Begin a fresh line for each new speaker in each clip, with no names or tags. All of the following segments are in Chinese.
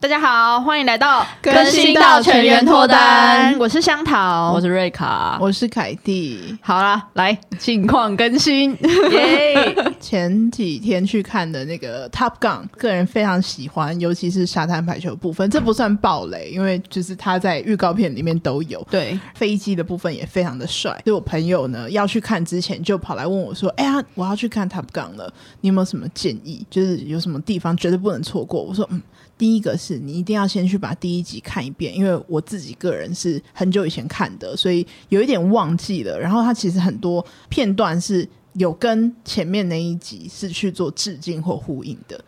大家好，欢迎来到
更新到全员脱单
我是香桃，
我是瑞卡。
我是凯蒂，
好啦，来近况更新。
耶！
前几天去看的那个《Top Gun》，个人非常喜欢，尤其是沙滩排球部分，这不算暴雷，因为就是他在预告片里面都有。
对，
飞机的部分也非常的帅，所以我朋友呢要去看之前就跑来问我说：“哎呀，我要去看 Top Gun 了，你有没有什么建议？就是有什么地方绝对不能错过？”我说：“嗯，第一个是你一定要先去把第一集看一遍，因为我自己个人是很久以前看的，所以有一点忘记了。然后它其实很多片段是有跟前面那一集是去做致敬或呼应的。”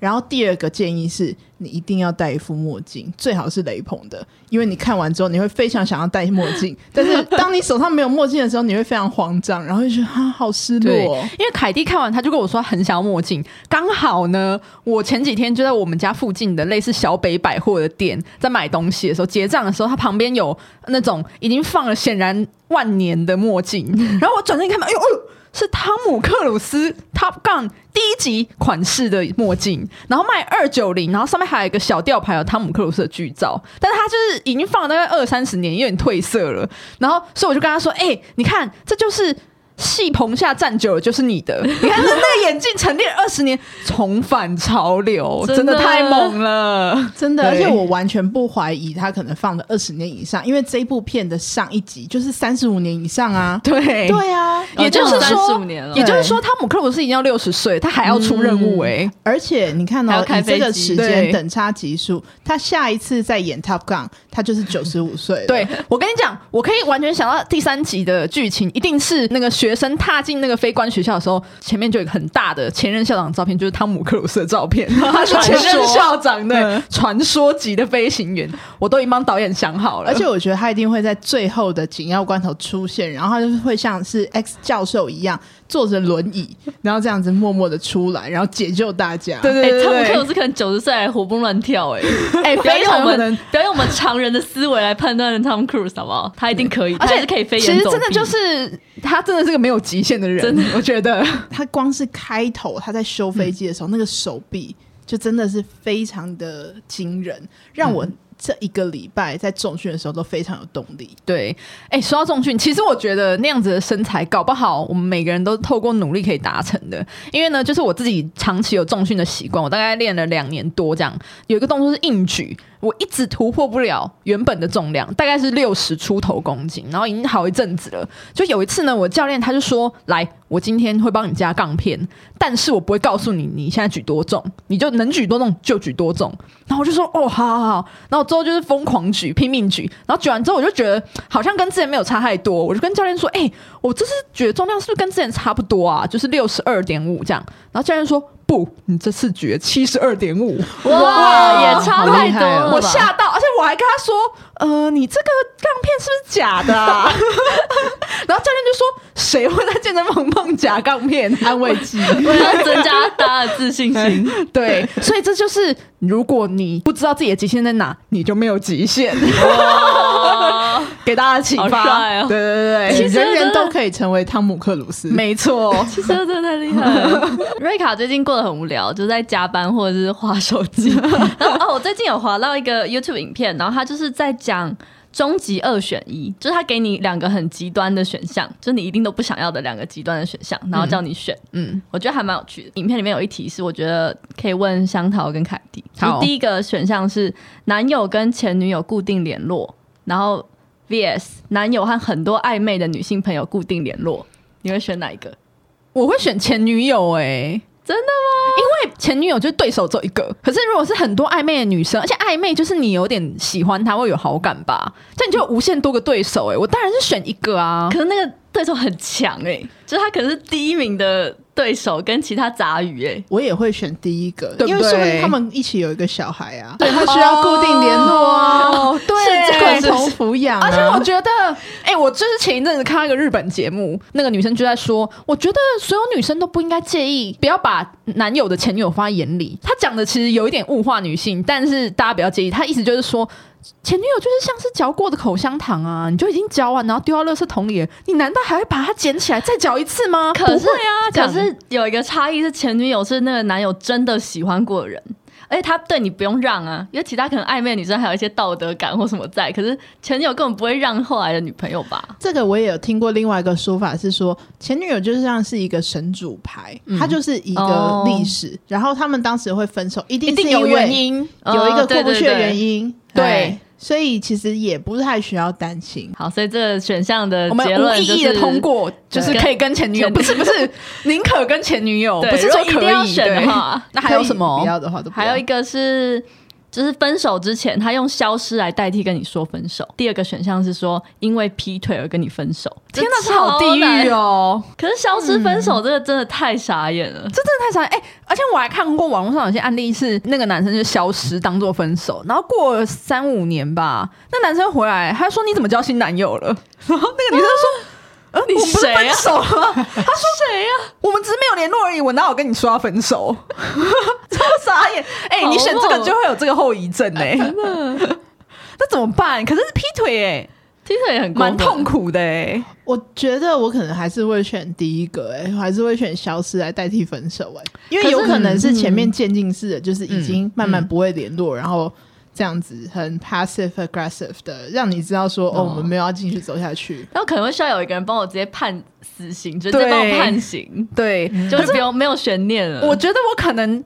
然后第二个建议是，你一定要戴一副墨镜，最好是雷朋的，因为你看完之后你会非常想要戴墨镜，但是当你手上没有墨镜的时候，你会非常慌张，然后就觉得啊，好失落
对
哦。
因为凯蒂看完，他就跟我说她很想要墨镜。刚好呢，我前几天就在我们家附近的类似小北百货的店，在买东西的时候，结账的时候，它旁边有那种已经放了显然万年的墨 镜，然后我转身一看，哎呦，哎呦是汤姆克鲁斯《Top Gun》第一集款式的墨镜，然后卖二九零，然后上面还有一个小吊牌有汤姆克鲁斯的剧照，但是它就是已经放了大概二三十年，有点褪色了。然后，所以我就跟他说：“哎、你看，这就是。”戏棚下站久了就是你 的，你看那那个眼镜陈列二十年，重返潮流，真
真的
的太猛了。
真的，
对
而且我完全不怀疑他可能放了二十年以上，因为这部片的上一集就是三十五年以上啊。
对哦
对啊，
哦
也就是
35
说
年了，嗯
也就是说，汤姆克鲁斯已经要六十岁，他还要出任务哎、
而且你看
还要
到、
开
以这
飞
个
机
时
对
间等差级数，他下一次再演 Top Gun，他就是九十五岁了。
对我跟你讲，我可以完全想到第三集的剧情，一定是那个学生踏进那个非官学校的时候，前面就有一个很大的前任校长的照片，就是汤姆克鲁斯的照 片，他是前任校长
嗯
的传说级的飞行员，我都已经帮导演想好了，
而且我觉得他一定会在最后的紧要关头出现，然后他就是会像是 X 教授一样坐着轮椅，然后这样子默默的出来，然后解救大家。
对
哎
对对
汤姆
对
克鲁斯可能九十岁还活蹦乱跳 哎、
哎、
不要
非
用
常
我
有可能
们。不要用我们常人的思维来判断汤姆克鲁斯好不好？他一定可以，
而
他还
且
是可以飞
其
檐
实
走
真的
壁
就是他，真的是个没有极限的人，
真的
我觉得。
他光是开头他在修飞机的时候，那个手臂就真的是非常的惊人，让
嗯
我这一个礼拜在重训的时候都非常有动力。
对，哎、说到重训，其实我觉得那样子的身材，搞不好我们每个人都透过努力可以达成的。因为呢，就是我自己长期有重训的习惯，我大概练了两年多这样。有一个动作是硬举，我一直突破不了原本的重量，大概是六十出头公斤，然后已经好一阵子了。就有一次呢，我教练他就说：“来，我今天会帮你加杠片，但是我不会告诉你你现在举多重，你就能举多重就举多重。”然后我就说：“哦，好好好。”然后之后就是疯狂举，拼命举，然后举完之后我就觉得好像跟之前没有差太多，我就跟教练说：“哎、我这次举的重量是不是跟之前差不多啊？就是六十二点五这样。”然后教练说：“不，你这次举七十二点五。”
哇，也差
好
太
厉害
多
哦
了吧，
我吓到，而且我还跟他说：“呃，你这个杠片是不是假的、啊？”然后教练就说：“谁会在健身房放假杠片？”
安慰剂，
为了增加大家的自信心，
对，所以这就是如果你不知道自己的极限在哪，你就没有极 限。
哇，
给大家启
好帅
发，
哦
对对对
其
对，
实
人
真
人
的
都可以成为汤姆克鲁斯。
没 错。
其实 真的太厉害了。瑞卡最近过得很无聊，就在加班或者是划手机。 然后哦，我最近有划到一个 YouTube 影片，然后他就是在讲。终极二选一，就是他给你两个很极端的选项，就是你一定都不想要的两个极端的选项，然后叫你选。
嗯，
我觉得还蛮有趣的。影片里面有一题是我觉得可以问香桃跟凯蒂。就是
好
第一个选项是男友跟前女友固定联络，然后 VS 男友和很多暧昧的女性朋友固定联络，你会选哪一个？
我会选前女友哎、欸
真的
因为前女友就是对手只有一个，可是如果是很多暧昧的女生，而且暧昧就是你有点喜欢她，会有好感吧，这样你就有无限多个对手哎、欸我当然是选一个啊
可。是那个对手很强哎、就是他可能是第一名的对手，跟其他杂鱼哎、
我也会选第一个，
对不
因为说不
对
定他们一起有一个小孩啊，对
哦
他需要固定联络啊，
哦，
是
对，
共同抚养啊。
而且我觉得，哎、我就是前一阵子看到一个日本节目，那个女生就在说，我觉得所有女生都不应该介意，不要把男友的前女友放在眼里。她讲的其实有一点物化女性，但是大家不要介意。她意思就是说，前女友就是像是嚼过的口香糖啊，你就已经嚼完，然后丢到垃圾桶里了，你难道还会把它捡起来再嚼一次吗？
可是
不会啊，
可是有一个差异是前女友是那个男友真的喜欢过的人，而而且他对你不用让啊，因为其他可能暧昧的女生还有一些道德感或什么在，可是前女友根本不会让后来的女朋友吧？
这个我也有听过另外一个说法是说，前女友就是像是一个神主牌，
嗯
它就是一个
哦
历史。然后他们当时会分手，一
一
定
定
是
有
因
原
为
因。
有一个
哦
过不去的原。
对对对
因。
对
哎所以其实也不太需要担心。
好，所以这个选项的
我们
结
无
论
意
呃就是
义的通过，就是
对
可以跟前女友，
前
不是不 是，宁可跟前女友，
对，
不是说
如果一
可
定要
以。
选
对
的，话，
那还有什
可以不
么？
要的话都不要
还有一个是，就是分手之前，他用消失来代替跟你说分手。第二个选项是说，因为劈腿而跟你分手。
天哪，
这
这好地狱
哦！
哦！嗯
可是消失分手这个真的太傻眼了。
这真的太傻眼哎、而且我还看过网络上有些案例是那个男生就消失当做分手，然后过了三五年吧，那男生回来，他说你怎么交新男友了？ 然后那个女生说。 呃，你
是谁啊
分手了吗？
他说谁呀？
我们只是没有联络而已。我哪有跟你说要分手？ 超傻眼！哎、
好
你选这个
猛
就会有这个后遗症 哎、那怎么办？可是劈腿哎、
劈腿也很
蛮痛
苦。
苦的哎、
我觉得我可能还是会选第一个、哎，我还是会选消失来代替分手、哎，因
可
为
是
有可能是前面渐进式的，就是已经慢慢
嗯
不会联络，然后这样子很 passive aggressive 的，让你知道说，哦，
哦
我们没有要继续走下去。
然后可能会需要有一个人帮我直接判死刑，就直接
对
帮我判刑，
对，
就是不用没有悬念了。
我觉得我可能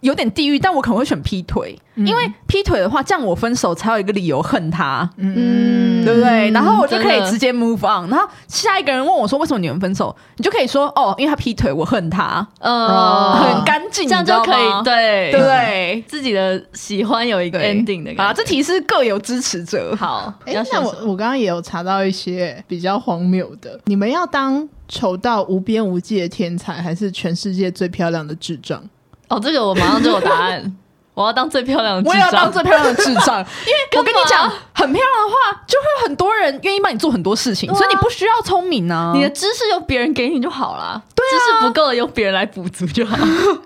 有点地狱，但我可能会选劈腿，
嗯
因为劈腿的话，这样我分手才有一个理由恨他，
嗯，
对不对？然后我就
真
可
的
以直接 move on。然后下一个人问我说为什么你们分手，你就可以说哦，因为他劈腿，我恨他，
呃，
很干净，
这样就
你知
可
道
以
吗
对
对不对？
自己的喜欢有一个
对
ending 的感觉。
好啦，这题是各有支持者。
好，
哎、
要选
那我
什么
我刚刚也有查到一些比较荒谬的，你们要当丑到无边无际的天才，还是全世界最漂亮的智障？
哦，这个我马上就有答案， 我要当最漂亮的智
我也要当
障。
最漂亮的智障， 因为我跟你
干
讲
嘛，
很漂亮的话，就会有很多人愿意帮你做很多事情，
对啊
所以你不需要聪明啊。
你的知识由别人给你就好啦，嗯对啊知识不够的由别人来补足就好。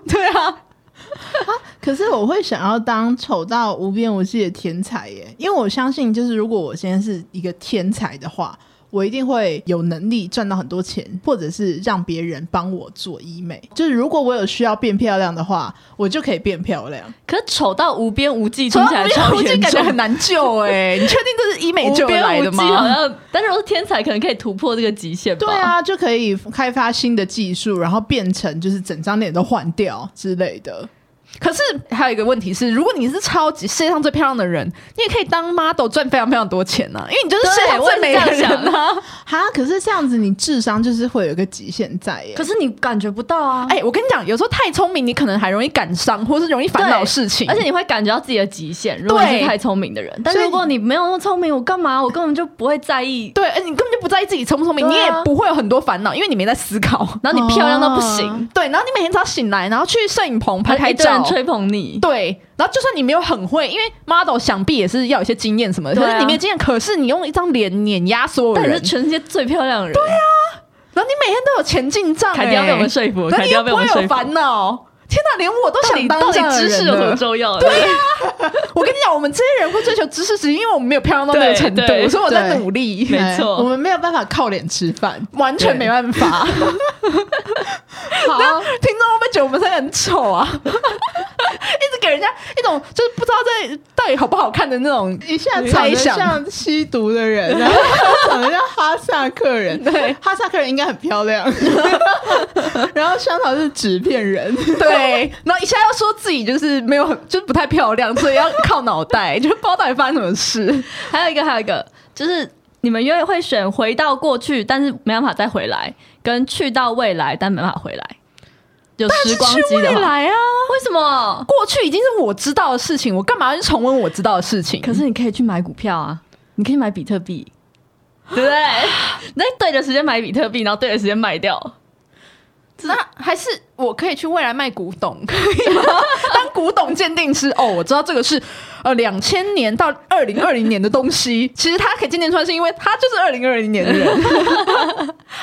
对啊，
可是我会想要当丑到无边无际的天才耶，因为我相信，就是如果我现在是一个天才的话，我一定会有能力赚到很多钱，或者是让别人帮我做医美。就是如果我有需要变漂亮的话，我就可以变漂亮。
可是丑到无边无际，
所
听
以
起来超严
感觉很
重。
难救 哎、你确定这是医美救
无
来
边
的
无际啊好
吗？
像，但是我是天才，可能可以突破这个极限吧。
对，啊，就可以开发新的技术，然后变成就是整张脸都换掉之类的。
可是还有一个问题是，如果你是超级世界上最漂亮的人，你也可以当 model 赚非常非常多钱呐、因为你就是世界上最美的人呐、啊。
哈，可是这样子，你智商就是会有一个极限在耶。
可是你感觉不到啊，
哎、我跟你讲，有时候太聪明，你可能还容易感伤，或是容易烦恼事情。
而且你会感觉到自己的极限。如果你是太聪明的人，但
所以
如果你没有那么聪明，我干嘛？我根本就不会在意。
对，而哎且你根本就不在意自己聪不聪明，
对
你也
啊
不会有很多烦恼，因为你没在思考。啊
然后你漂亮到不
哦
行，哎啊
对，然后你每天早上醒来，然后去摄影棚拍拍
一堆
照，
人吹捧你。
对，然后就算你没有很会，因为 model 想必也是要有一些经验什么的，
对
可
啊
是你没有经验，可是你用一张脸碾压所有
但你
人
是，全世界最漂亮的人，对啊，
然后你每天都有前进账、欸，
凯蒂要被我们说服，
然后
凯
你
蒂
又
要
不
被我
会
们说
有
服。
烦恼。天哪，连我都
到
想
底
当
到
这
底
样的
知识
人啊
有什么
了
重要？对呀，
我跟你讲，我们这些人会追求知识，是因为我们没有漂亮到那个
对
程度，
对
所以我在
对
努力，
没错
哎我们没有办法靠脸吃饭。
完全没办法。听
好，
众会不会觉得我们三个很丑啊？ 一直给人家一种就是不知道在到底好不好看的那种
一下长
猜
得
想
像吸毒的 人，然后长得像哈萨克人，
对
哈萨克人应该很漂亮， 然后香草是纸片人，
对，然后一下又说自己就是没有很，就是不太漂亮，所以要靠脑袋，就是不知道到底发生什么 事。
还有一个，还有一个，就是你们约会选回到过去，但是没办法再回来，跟去到未来，但没办法回来，有时光机的
去未
话，
来啊，
为什么？
过去已经是我知道的事情，我干嘛要去重温我知道的事情？
可是你可以去买股票啊，你可以买比特币，对 不对？你在对的时间买比特币，然后对的时间卖掉，
那还是我可以去未来卖古董，可以吗？当古董鉴定师 哦，我知道这个是呃两千年到二零二零年的东西，其实他可以鉴定出来，是因为他就是二零二零年的人。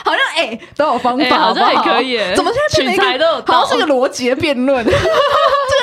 好像哎、都有方法，
哎好像
不
也可以耶
怎么现在变
取
成一
材
个
都有
好
道
像是个逻辑的辩 论？这个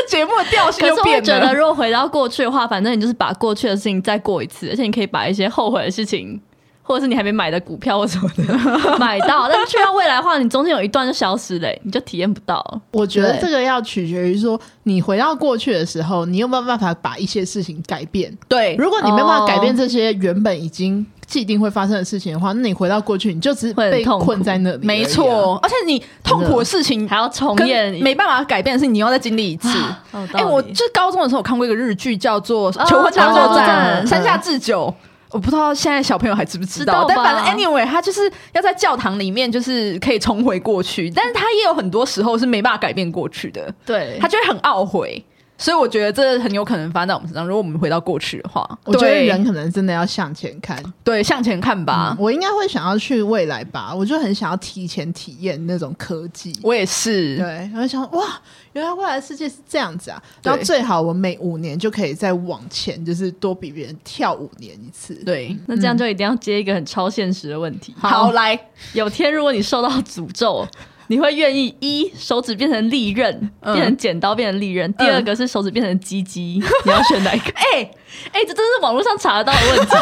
节目的调性
可是
就
我会
变
觉得，
了。
如果回到过去的话，反正你就是把过去的事情再过一次，而且你可以把一些后悔的事情或者是你还没买的股票或什么 的买到，但是去到未来的话，你中间有一段就消失了、欸你就体验不到了。
我觉得
对
这个要取决于说，你回到过去的时候，你有没有办法把一些事情改变。
对
如果你没有办法
哦
改变这些原本已经既定会发生的事情的话，那你回到过去，你就只是
会很
被
痛苦
困在那里而已啊、
没错，而且你痛苦的事情
还要重
跟
演，
没办法改变的事情，你要再经历一次。
好啊哦有道
哎、
理
我就是高中的时候，我看过一个日剧，叫做
哦
《求婚大
求
作战
婚大作》，战
山下智久。我不知道现在小朋友还知不知道，
知道
但
吧
反正 anyway，他就是要在教堂里面，就是可以重回过去，但是他也有很多时候是没办法改变过去的，
对
他，就会很懊悔。所以我觉得这很有可能发生在我们身上。如果我们回到过去的话，
我觉得
对啊
人可能真的要向前看。
对向前看吧。
嗯
我应该会想要去未来吧，我就很想要提前体验那种科技。
我也是，
对，我就想哇，原来未来世界是这样子啊！然后
对
最好我每五年就可以再往前，就是多比别人跳五年一次。
对，
那这样就一定要接一个很超现实的问题。
嗯好来，
有天如果你受到诅咒，你会愿意一手指变成利刃，
嗯
变成剪刀，变成利刃；第二个是手指变成鸡鸡， 你要选哪一个？
哎、
嗯哎、这真是网络上查得到的问 题。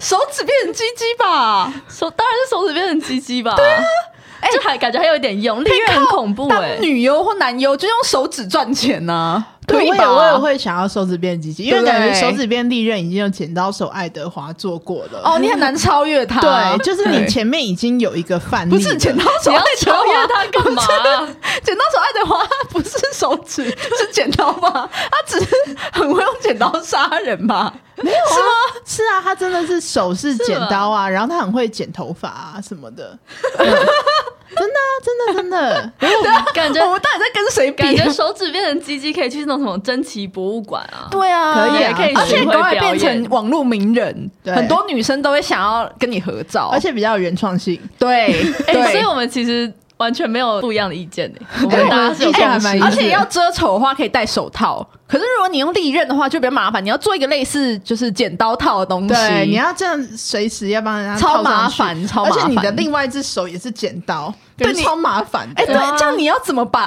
手指变成鸡鸡吧。
手当然是手指变成鸡鸡吧？对啊，就还感觉还有一点用，利刃很恐怖哎、
当女优或男优就用手指赚钱呐、
对，我
可以
也
吧
我也。会想要手指变机器，因为
对
感觉手指变利刃已经有剪刀手爱德华做过了。
哦，你很难超越他。
对，就是你
对
前面已经有一个范例
不
了，
是剪刀手
你
爱
要
德
超越
华，
他干嘛、
剪刀手爱德华不是手指， 是剪刀吧？他只是很会用剪刀杀人吧？
没有是吗？是啊，他真的是手是剪刀啊，然后他很会剪头发啊什么的， 嗯真的啊，真的真的。
哦
感觉
我们到底在跟谁
感
比啊
觉？手指变成鸡鸡可以去那种什么珍奇博物馆啊，
对啊，
可以啊
也可以
而且
学
你
会
都会
表
变
演
成。网络名人，
对
很多女生都会想要跟你合照，
而且比较有原创性，
对
哎、
对，
所以我们其实完全没有不一样的意见呢、 我
哎
们大家是有
意见还
共识
蛮一
的
而
致
且要遮丑的话，可以戴手套。可是如果你用利刃的话，就比较麻烦。你要做一个类似就是剪刀套的东西，
对，你要这样随时要帮人家
超
套上
麻
去
烦，超
而
麻
且
烦。
你的另外一只手也是剪刀，
对
感觉
你
超麻烦的。
哎、
对
对，
啊
这样你要怎么把？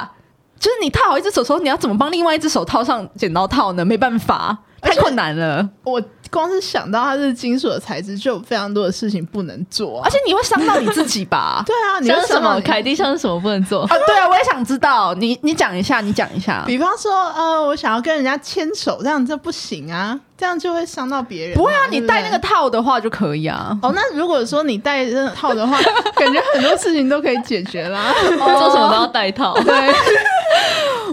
就是你套好一只手之后，你要怎么帮另外一只手套上剪刀套呢？没办法，
而
太
且
困难了。
我光是想到它是金属的材质，就有非常多的事情不能做、啊？
而。且你会伤到你自己 吧
对啊，你
像
为
是什么？哦凯
开？
蒂像是什么不能做？
啊，对啊，我也想知道。你你讲一下，你讲一下。
比方说，呃，我想要跟人家牵手，这样这不行啊，这样就会伤到别人、
不会啊，你
对
戴那个
对。
套的话就可以啊。
哦，那如果说你戴这个套的话，感觉很多事情都可以解决啦。
做什么都要戴 套。
对，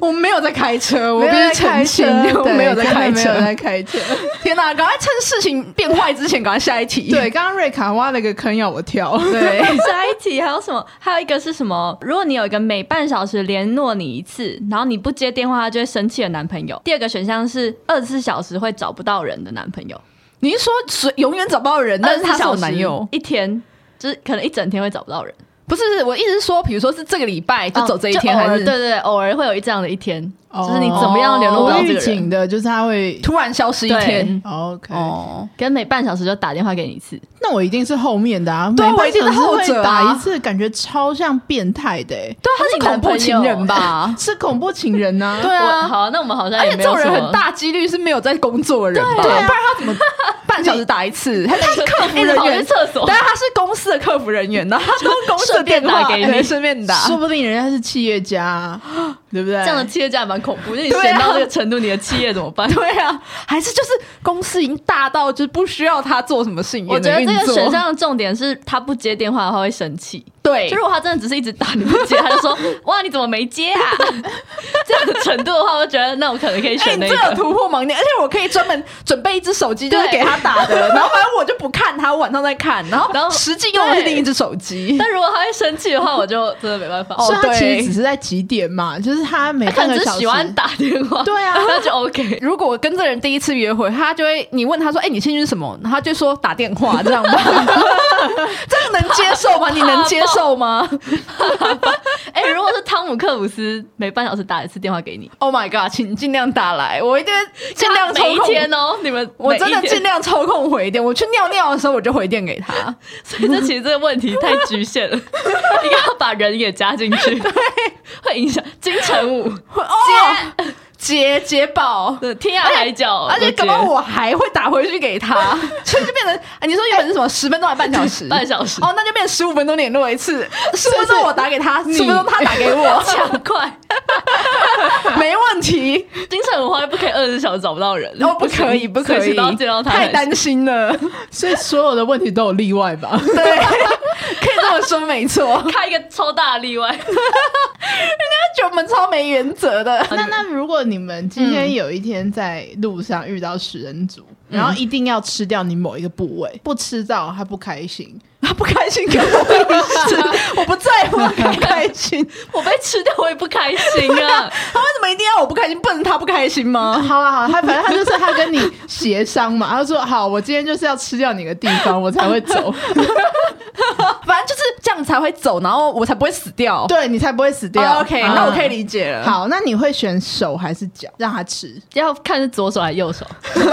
我没有在开车，我
没
必
有在
须
开
澄清，
车，
我没有在
对
开
真的没有
车。
在开车。
天哪、赶快趁事情变坏之前，赶快下一题。
对，刚刚瑞卡挖了个坑要我跳。
对，
下一题还有什么？还有一个是什么？如果你有一个每半小时联络你一次，然后你不接电话，他就会生气的男朋友。第二个选项是二十四小时会找不到人的男朋友，
你是说谁永远找不到人，但是他是
24小
我
时
男友？
一天就是可能一整天会找不到人，
不是，我意思是说，比如说是这个礼拜啊就走这一天，
哦就偶
还
尔
是
对对对，偶尔会有一这样的一天，
哦
就是你怎么样联络不到
我
这
预
个人，
警的就是他会
突然消失一天？
OK，
哦，
跟每半小时就打电话给你一次。
那我一定是后面的啊，
对
每半
我一定是
小时
后者
会
啊
打一次，感觉超像变态的欸，？
对啊，他
那
是
你男
恐
朋友
怖情人吧
是恐怖情人呐。
对
我
啊，
好，那我们好像
而
也
且
没
这
有
种
什
人
么
很大几率是没有在工作的人吧？
对啊
不然他怎么半小时打一次？他太客服
一直
人
哎跑去
员
厕所
但。是啊他是公司的客服人员，然后他用公司的
顺便
电话
打给你
哎顺便打。
说不定人家是企业家啊，对不对？
这样的企业家也蛮恐 怖，就你
对啊
闲到这个程度，你的企业怎么办？
对啊，还是就是公司已经大到就是不需要他做什么事情也
我觉
能
得
运
这
作。
个选项的重点是他不接电话的话会生 气。
对
就，如果他真的只是一直打你不接，他就说哇你怎么没接啊？ 这样的程度的话，我觉得那我可能可以
哎、
选那
你这有
个。
突破盲点，而且我可以专门准备一只手机，就是
对
给他打的。然后反正我就不看他，我晚上再看。然后
然后
实际用的是另一只手机。
但如果他会生气的话，我就真的没 办法。
哦
所以他其
对
实只是在几点嘛，就是他每
他可
半
能
个
只
小时
喜欢打电话，
对啊
那就 OK。
如果我跟这人第一次约会，他就会你问他说：“哎、你兴趣是什么？”然后他就说打电话这样 吧，这样能接受吗？你能接受 吗
哎，如果是汤姆克鲁斯每半小时打一次电话给你，
？Oh my god，请尽量打来，我一定会尽量抽
每一
空。
天哦，你们
我真的
每一天
尽量抽空回电，我去尿尿的时候我就回电给 他。
所以这其实这个问题太局限 了，应该要把人也加进去，会影响金城武。
哦，接解解饱。
对，天涯海角，
而且搞
感
不好
冒
我还会打回去给他，所以就变成、啊、你说原本是什么十分钟还半小时，
半小时，
哦，那就变十五分钟联络一次，十分钟我打给他，
你
十分钟他打给 我，
抢快，
没问题。
金城文化不可以二十小时找不到人，
哦，不可以，不可
随时
以，
都要见到他，
太担心了。
所以所有的问题都有例外吧？
对，可以这么说，没错。
开一个超大的例外，
他觉得我们超没原则的。
那那如果你们今天有一天在路上遇到食人族，然后一定要吃掉你某一个部位，不吃到他不开心，
他不开心跟我屁事，我不在乎他开不开心。
我被吃掉我也不开心啊，
他为什么一定要我不开心？不能他不开心吗？
好了好了，他反正他就是他跟你协商嘛，他说好，我今天就是要吃掉你的地方，我才会 走，
反正就是这样才会走，然后我才不会死掉。
对你才不会死掉。
哦 OK，、
啊
那我可以理解了。，
好，那你会选手还是脚让他吃？
要看是左手还是右手，以 上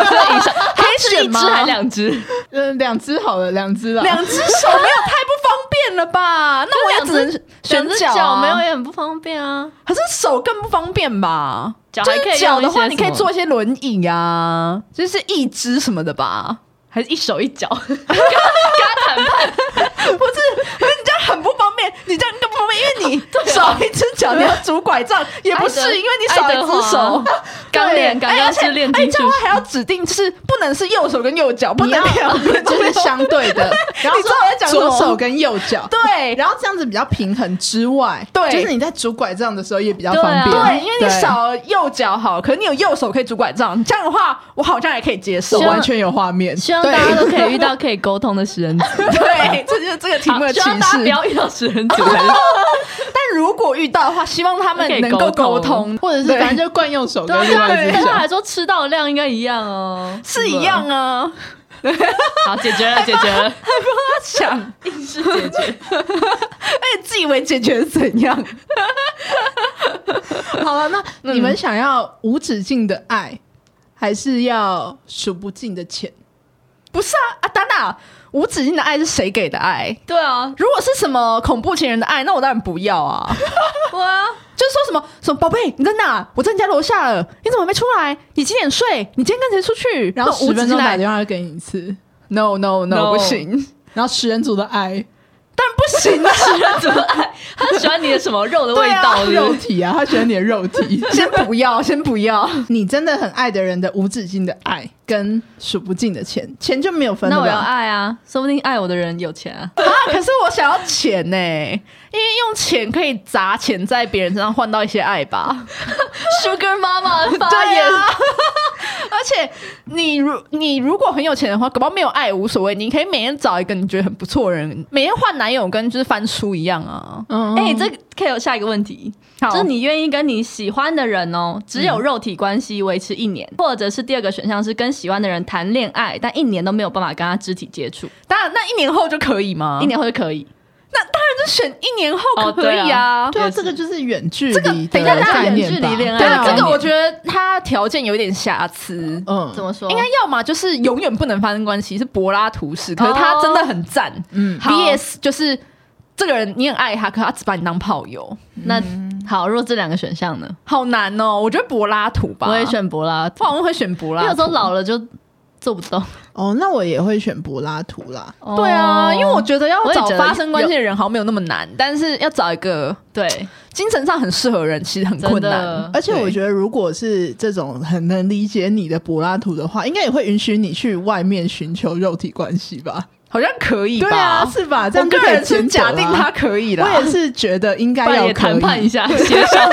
可以是一
选
只
吗
还两只，
嗯，两只好了，两只啊了。
两只手没有太不方便了 吧？那我也只能选
两只
脚、
脚
啊，
没有也很不方便啊，
可是手更不方便吧？
脚
就
还可
是
以
脚
用一些
的话，你可以
什么
做一些轮椅啊，就是一只什么的吧。
还是一手一 脚，跟他跟他谈判，
可是你这样很不方便，你这样更不方便，因为你少一只脚，你要拄拐杖，也不是
爱德
因为你少一只手。
刚练
对
刚
哎
刚
而且
是练
哎，
进去
这样的话还要指定，就是不能是右手跟右脚，不
你
能
要
两边都
就
没
是
有
相对的，然后
你知道我在讲什么
左手跟右脚，
对，
然后这样子比较平衡之外，
对
就是你在拄拐杖的时候也比较方
对
便，
啊
对，因为你少右脚好，可是你有右手可以拄拐杖，这样的话我好像也可以接受
我。
希望
完全有画面，
希望
对
大家都可以遇到可以沟通的食人族，
对，这就是这个题目的
希
启
望大家不
示。
要遇到食人 族才是。
但如果遇到的话，希望他们
可以
能够
沟
沟
通
通，
或者是
对
反正就惯用手
对
跟
啊，
另外一只
对啊，对
脚
他。来说吃到的量应该一样哦。
是一样啊。
好，解决了，解决了，
他想，
硬 是解决。
哎，自以为解决得怎样？
好了，
嗯
那你们想要无止境的爱，还是要数不尽的钱？
不是啊，啊，达达，无止境的爱是谁给的爱？
对啊，
如果是什么恐怖情人的爱，那我当然不要啊！
哇，
就是说什么什么宝贝，你在哪？我在你家楼下了，你怎么还没出来？你几点睡？你今天跟谁出去？
然后
那种
十
无止
分
境
钟
的
打
爱
电话给你一次，
，no no no，
No
不行，
然后食人族的爱，
但不行啊！
食人族的爱，他喜欢你的什么肉的味道？
对
是
啊
不
肉
是
体啊，他喜欢你的肉 体
。先不要，先不要。
你真的很爱的人的无止境的爱，跟数不尽的钱，钱就没有分了
那
吧。
我要爱啊，说不定爱我的人有钱啊。
啊！可是我想要钱呢、因为用钱可以砸钱在别人身上换到一些爱吧。
Sugar 妈 妈发
对啊
言
呀、 而且你如你如果很有钱的话，搞不好没有爱无所谓，你可以每天找一个你觉得很不错的人，每天换男友跟就是翻书一样啊。
嗯，
哎、这个可以有下一个问题，
好，
就是你愿意跟你喜欢的人哦，只有肉体关系维持一年，或者是第二个选项是跟喜欢的人谈恋爱，但一年都没有办法跟他肢体接触，
当然那一年后就可以吗？
一年后就可以。
那就选一年后可
哦
不可
对
以
啊
啊。
对啊，
也是
这个就是远距
这个
离的
等一下大家
概念
远距
吧
离恋爱
对
对
啊，
啊，
这个
概
我
念
觉得他条件有点瑕疵。
嗯，
怎么说？
应该要么就是永远不能发生关系，是柏拉图式，可是他真的很赞。
嗯
VS 就是这个人你很爱他，可他只把你当炮友，
那好，如果这两个选项呢？
好难哦。我觉得柏拉图吧，
我也，选柏拉图
我，好像会选柏
因
拉
为
图。
有时候老了就做不动。
哦，那我也会选柏拉图啦。
对啊，
哦
因为我觉得要
我也
找
觉得
发生关系的人好像没有那么难，但是要找一个
对
精神上很适合的人，其实很
真
困难
的。
而且我
哦对
觉得，如果是这种很能理解你的柏拉图的话，应该也会允许你去外面寻求肉体关系吧？
好像可以吧？
对啊，是吧？这
哦我
样
个
就可以
人是
兼得
假
啦
定他。可以啦。
我也是觉得应该
不然
要
也
可以
谈判一，下，协商，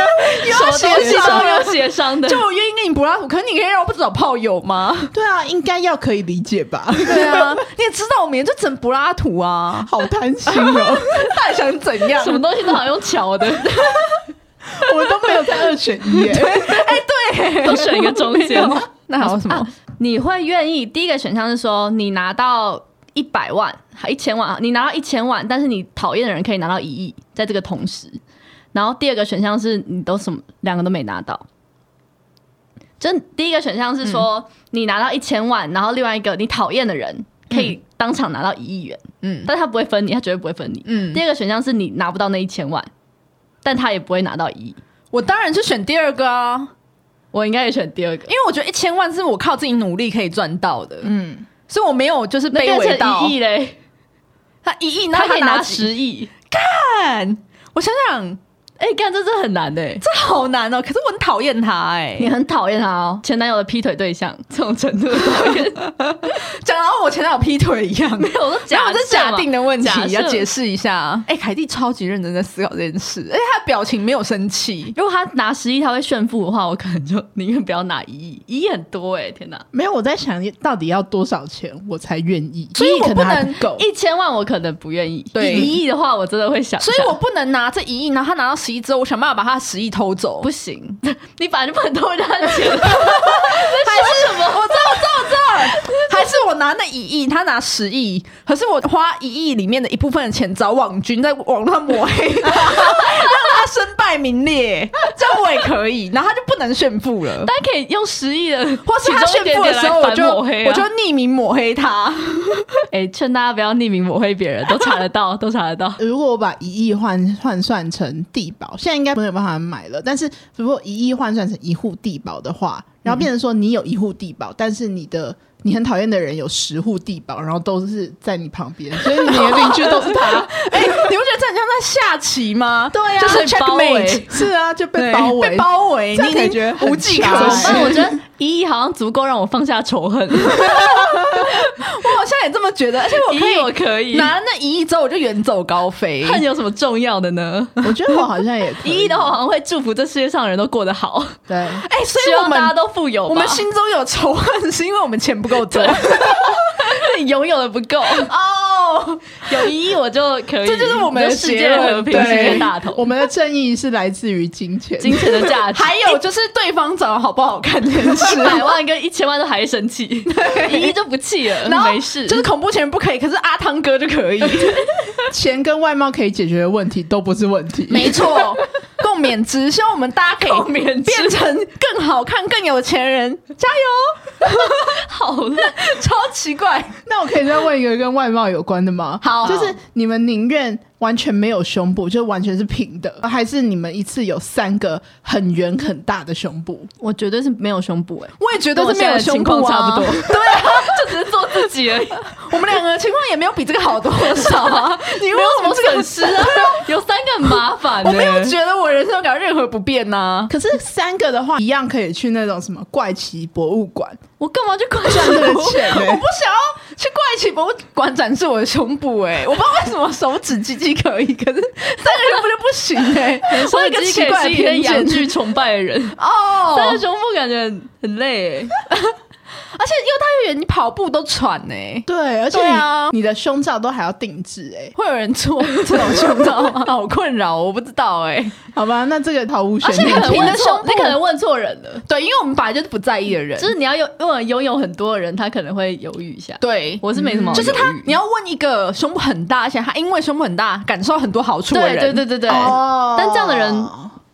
要
什么东西
协 商
都要协商的。
就我愿意跟你柏拉图，可是你可以让我不找炮友吗？
对啊，应该要可以理解吧？
对啊，你也知道我们也就整柏拉图啊，
好贪心 哦，
他还想怎样？
什么东西都好像用巧 的，
我都没有在二选一耶。
都选一个中间。
那还有什么？
啊你会愿意？第一个选项是说，你拿到一百万、一千万，啊你拿到一千万，但是你讨厌的人可以拿到一亿，在这个同时。然后第二个选项是你都什么两个都没拿到。就第一个选项是说，你拿到一千万，然后另外一个你讨厌的人可以当场拿到一亿元，
嗯
但他不会分你，他绝对不会分你。
嗯
第，二个选项是你拿不到那一千万，但他也不会拿到一亿。
我当然是选第二个啊。
我应该也选第二个，
因为我觉得一千万是我靠自己努力可以赚到的，
嗯，
所以我没有就是
那
卑
变
微到
成一亿嘞，
他一亿，那
他可以拿
几
十亿，
万。我想想，
哎，干这真的很难的欸，
这好难哦。可是我很讨厌他哎、
你很讨厌他哦，前男友的劈腿对象这种程度的讨 厌，
讲到我前男友劈腿一样。
没有，我说
然后
假
这
设嘛
假定的问题
假设
要解释一下。哎、凯蒂超级认真在思考这件事，而且她的表情没有生气。
如果他拿十亿他会炫富的话，我可能就宁愿不要拿一亿，一亿很多哎、天哪！
没有，我在想到底要多少钱我才愿意，
所以
一亿
我
可
不
能还
能
不够。
一千万我可能不愿意，
对
一亿的话我真的会想，
所以我不能拿这一亿，然后他拿到十亿之后，我想办法把他的十亿偷走。
不行，你反正不能偷人家 的钱，还是什
我知
么？
道，我知道，我知道， 还是我拿那一亿，他拿十亿，可是我花一亿里面的一部分的钱找网军在网络上抹黑他，让他身败名裂，这样我也可以，然后他就不能炫富了。
但可以用十亿的，
或是他炫富的时候，我就
抹黑、啊，
我就匿名抹黑 他。
哎、劝大家不要匿名抹黑别人，都查得到，都查得 到。
如果我把一亿换换算成地保，现在应该没有办法买了。但是如果一亿换算成一户地保的话，然后变成说你有一户地保，但是你的你很讨厌的人有十户地保，然后都是在你旁边，所以你的邻居都是他。
哎、你不觉得这很像在下棋吗？对
呀
就是
啊被包围
checkmate，
是啊，就被
对
包 围，
被包围，
这
你
样
已
感
经
觉很
无计
差
怎
可
么
施。
办？我觉得一亿好像足够让我放下仇恨，
我好像也这么觉得，而且我
一
可
亿
以
我可以。
拿那一亿之后，我就远走高飞。
恨有什么重要的呢？
我觉得我好像也可以
一亿的话，我好像会祝福这世界上的人都过得好，
对。
哎、所
希
以我
望
们
大家都富有吧。
我 们心中有仇恨，是因为我们钱不够多。
拥有的不 够，
哦，
有一亿我就可以。
这就是我们的
就世界和
结
平，
论
世界
对
大同，
我们的正义是来自于金钱，
金钱的价值。
还有就是对方长得好不好看这件事
一百万跟一千万都还生气，一亿就不气了，
然后
没事，
就是恐怖情人不可以，可是阿汤哥就可以。
钱跟外貌可以解决的问题都不是问题。
没错，共勉之，希望我们大家可
共
以
勉之
变成更好看、更有钱人，加油！
好 了。
超奇怪，
那我可以再问一个跟外貌有关的吗？
好
就是你们宁愿完全没有胸部，就完全是平的，还是你们一次有三个很圆很大的胸部？
我绝对是没有胸部哎、
我也觉得
跟我
是没
现在
有
的
胸
情
部、
况
啊、
差 不多，
对啊，
就只是做自己 而已，
我们两个的情况也没有比这个好多少啊。 你
没
为
有
什
什么
么这
损
个
失啊， 有三个很麻烦、欸。
我没有觉得我人生有感到任何不便呐、
可是三个的话，一样可以去那种什么怪奇博物馆
我干嘛去关
赚这个
注？
钱、
我
欸
不。想要去怪奇博物馆展示我的胸部 哎、我不知道为什么手指鸡鸡可以，可是三个胸部就不行 哎、我
我
有一
有一个
个
奇
奇
怪
怪
的
的
偏
偏
见，
见
去崇拜的人，
哦，
但是胸部感觉很很累、欸，
而且又大又远，你跑步都喘哎、
对，而且你、
对啊
你的胸罩都还要定制哎、
会有人 做这种胸罩吗？ 好困扰，我不知道哎、
好吧，那这个毫无悬
而且你
念
可。能
平
问
的胸
错，
部
你可能问错人了。
对，因为我们本来就是不在意的人，
就是你要有，因为拥有很多的人，他可能会犹豫一下。
对，
我是没什么犹
就
豫，
是他，你要问一个胸部很大，而且他因为胸部很大感受很多好处的
对
人，
对对对对。
哦
但这样的人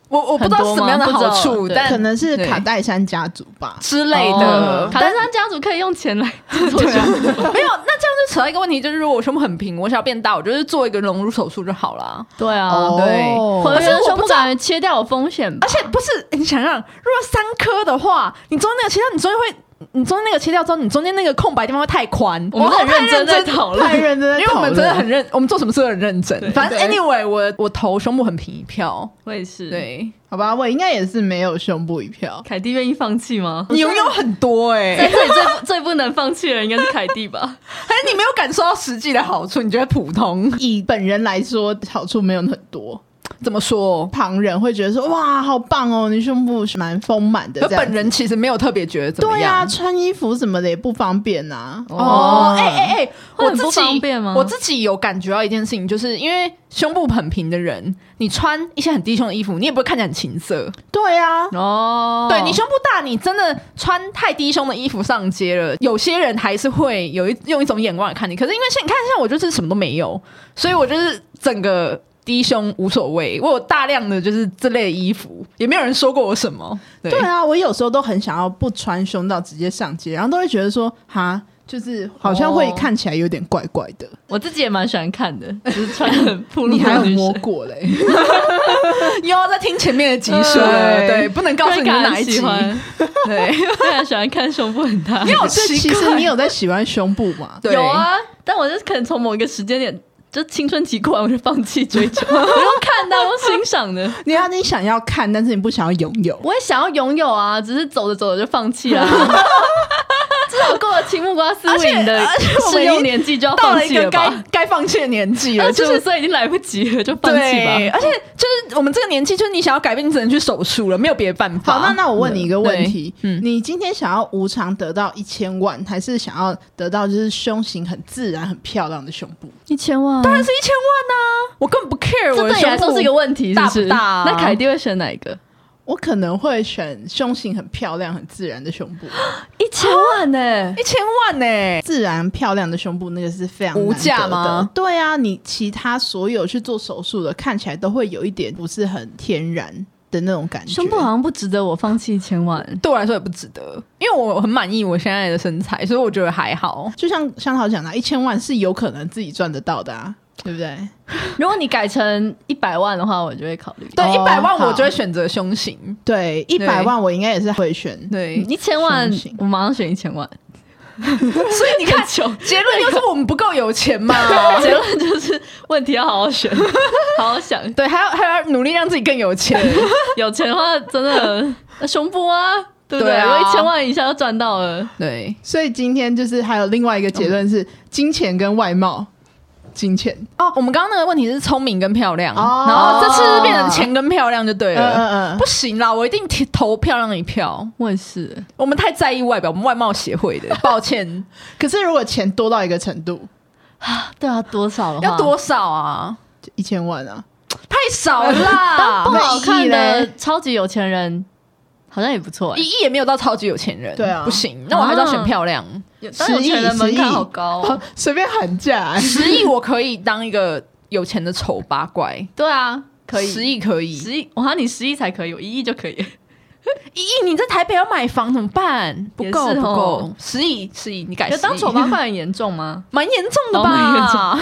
我我不知道
很多
什
吗
么样的好
不
处，
知道对
但嗯
可能是
对
卡戴珊家族吧。
之类的
哦。卡
但啊
戴珊家族可以用 钱来制 作胸部，
没有，那这样就扯到一个问题，就是如果我胸部很平，我想要变大，我就是做一个隆乳手术就好了。
对
哦
啊，
对
可
而且
是
我
胸
不
部
知道啊
感觉切掉有风险吧
而？且不是，哎你想想，如果三颗的话，你中间那个切掉，你中间会，你中间那个切掉之后，你中间那个空白地方会太宽。
我们
好
很
太
认真在讨
太
论，
认真了，
因为我们真的很认，我们做什么事都很认真
对。
反正
对
anyway，我我投胸部很平一票。
我也是。，
对，
好吧，我应该也是没有胸部一票。
凯蒂愿意放弃吗？
你拥有很多哎、
在这里最最不能放弃的人应该是凯蒂吧？
还是你没有感受到实际的好处，你觉得普通？
以本人来说，好处没有很多。
怎么说？
旁人会觉得说：“哇，好棒哦，你胸部是蛮丰满的。”
可
这样
本人其实没有特别觉得怎么
对啊，
样。
穿衣服什么的也不方便啊。
哦，哎哎哎，我
会很
自
不
己
方便吗
我自己有感觉到一件事情，就是因为胸部很平的人，你穿一些很低胸的衣服，你也不会看起来很情色。
对啊，
哦，
对你胸部大，你真的穿太低胸的衣服上街了，有些人还是会有一用一种眼光来看你。可是因为现你看，像我就是什么都没有，所以我就是整个低胸无所谓。我有大量的就是这类衣服，也没有人说过我什么。对
对啊，我有时候都很想要不穿胸罩直接上街，然后都会觉得说：“哈，就是好像会
哦
看起来有点怪怪的。
我自己也蛮喜欢看的，就是穿得很暴露
你还有
的女
摸
生
过嘞？
又要再听前面的集数了，
对
对，不能告诉你是哪一集
喜，欢，
对，
非常喜欢看胸部很大。
你好
这
奇
其实
怪
你有在喜欢胸部吗？
对
有啊，但我就是可能从某一个时间点，就青春期过完，我就放弃追 求，我用看的，我用欣赏的。
你要你想要看，但是你不想要拥有。
我也想要拥有啊，只是走着走着就放弃 了。至少过了青木瓜丝
且
你的
而且我们
试
已
用
经
年纪就要
到
放
哦了一
弃
个该
吧？
该放弃的年纪
二
了，就
十
是。
岁已经来不及了，就放弃吧
对，。而且就是我们这个年纪，就是你想要改变，你只能去手术了，没有别的办法。
好，那那我问你一个问题，
啊对嗯
你今天想要无偿得到一千万，还是想要得到就是胸型很自然、很漂亮的胸部？
一千万，
当然是一千万啊呐、我根本不 care
这
我的
对你来
胸
说
部
是一个问题，是
大
不
不
是？
大啊
那凯蒂会选哪一个？
我可能会选胸型很漂亮、很自然的胸 部，
一千万呢、
一千万欸呢、
自然漂亮的胸部那个是非常
无价
难得的
吗？
对啊，你其他所有去做手术的，看起来都会有一点不是很天然的那种感觉。
胸部好像不值得我放弃一千万。
对我来说也不值得，因为我很满意我现在的身材，所以我觉得还好。
就像香桃讲的啊，一千万是有可能自己赚得到的啊，对不对？
如果你改成一百万的话，我就会考虑。
对，一
哦
百万
好
我就会选择胸型。
对，一百万我应该也是会选。
对，
一千万
胸型，
我马上选一 千万。
所以你看，
穷，
结论就是我们不够有钱 嘛。
结论就是问题要好好 选，好好想。
对，还要还要努力让自己更有钱。
有钱的话，真的那胸部啊，对不对？
对啊
有一千万一下就赚到了。
对，
所以今天就是还有另外一个结论
嗯
是，金钱跟外貌，金钱。
哦，我们刚刚那个问题是聪明跟漂亮，
哦
然后这次是变成钱跟漂亮就对
啊
了。
嗯嗯嗯
不行啦，我一定提投漂亮一票。
我也是，
我们太在意外表，我们外貌协会 的，抱歉，
嗯
可是如果钱多到一个程度，
对啊，多少的话
要多少啊？
就一千万啊，
太少了
当不
啦，
好看
那一亿
的超级有钱人，好像也不错哎、
一亿也没有到超级有钱人，
对啊
不行，那我还是要选漂亮。
有当有钱人门槛好高、哦。
随便喊价、
啊
欸。
十亿我可以当一个有钱的丑八怪，
对啊，可以
十亿可以，
十亿，哎哇，你十亿才可以，我一亿就可以。
一亿你在台北要买房怎么办？不够
也是
不
哦
够，十亿十亿你改
有
十亿，
当丑八怪很严重吗？
蛮严重的
哦蛮严
吧？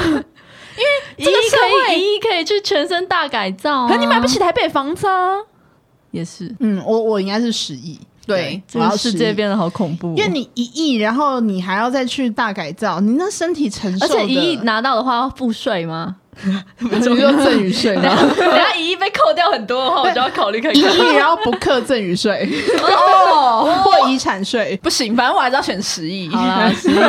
一
这个社
可
会
以，一亿可以去全身大改造、啊，
可你买不起台北房子啊？
也是。
嗯，我我应该是十亿，
对
这
我要
个
十
世界
亿。
变得好恐怖、哦，
因为你一亿，然后你还要再去大改造，你那身体承受
而
的，
且一 亿拿到的话要付税吗？
你说赠与税吗？
等下一亿被扣掉很多的话，我就要考虑看
一
看。
亿，然后不课赠与 税
哦，
或遗产税，
不行，反正我还是要选十亿。
好啦，十亿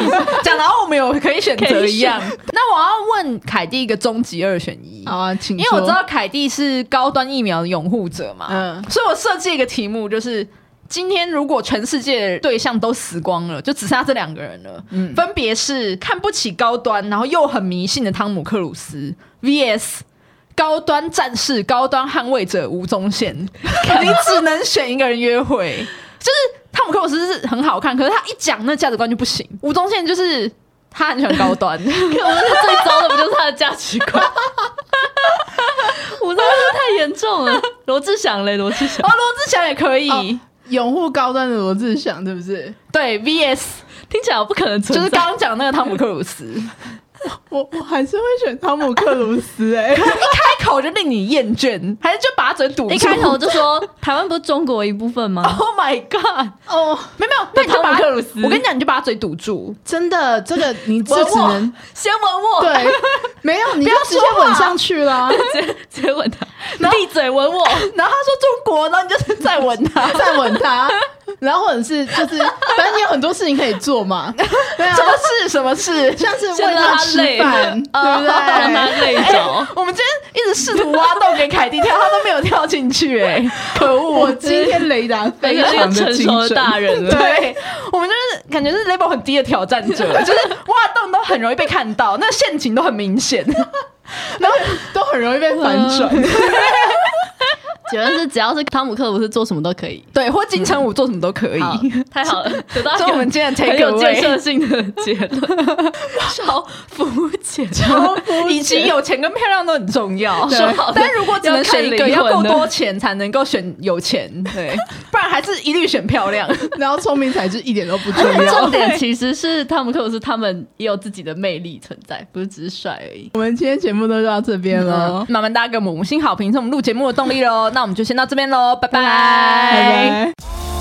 讲到我们有可以选择一样
可以，哦
那我要问凯蒂一个终极二选一，
好啊，请
因为我
说
知道凯蒂是高端疫苗的拥护者嘛，
嗯
所以我设计一个题目就是。今天如果全世界的对象都死光了，就只剩下这两个人了，
嗯
分别是看不起高端，然后又很迷信的汤姆克鲁斯 vs 高端战士、高端捍卫者吴宗 宪，你只能选一个人约会。就是汤姆克鲁斯是很好看，可是他一讲那价值观就不行。哦吴宗宪就是他很喜欢高 端，
可 我觉得最糟的不就是他的价值 观？我真的是太严重了。罗志祥嘞，罗志祥
哦，，罗志祥也 可以，
哦拥护高端的罗志祥，对不对？
对，VS
听起来我不可能
就
存
是
在。
刚刚讲那个汤姆克鲁斯，
我我还是会选汤姆克鲁斯哎、
开口就令你厌倦，还是就把嘴堵住？
一开头就说台湾不是中国一部分吗？
，Oh my God！
哦，
没有没有，那你就
汤姆
把
克鲁斯
我跟你讲，你就把嘴堵住，
真的，这个你就
吻
只
我
能
先吻我，
对，没有你就
不要
直接
说话
吻上去啦，。
直接直接吻他，闭嘴吻 我。
然后他说中国，然后你就是在吻 他
再吻他， 然后或者是就是，反正你有很多事情可以做 嘛，对啊
什，么事？什么事？
像是
先
喂
让他
吃
累 哦
饭， 对不
让他
对？
累
哎
着。哎
我们今天一直试图挖洞给凯蒂跳，他都没有跳进去、 哎，可恶！
我今天雷 达
每
非
个是一个
常
成
精
熟的
准，
大 人了，
对，我们就是感觉是 level 很低的挑战者， 就是挖洞都很容易被看到，那陷阱都很明显。
嗯然后都很容易被反转。
结论是只要是汤姆克鲁斯做什么都可以。
对，或金城武做什么都可以。
好， 太好了，得到一
哎所以我们
个
今天的
很
take
有建
away
设性的结 论， 超肤浅。
以及有钱跟漂亮都很重要。
说好的
但如果只能选一
要
个，
看灵
要
魂
够
的
多钱才能够选有钱，对， 不然还是一律选漂亮。
然后聪明才智一点都不重要。
重点其实是汤姆克鲁斯他们也有自己的魅力存在，不是只是帅而已。
我们今天节目都到这边了，
麻烦大家给我们五星好评，是我们录节目的动力喽。那我们就先到这边喽，拜
拜
拜拜。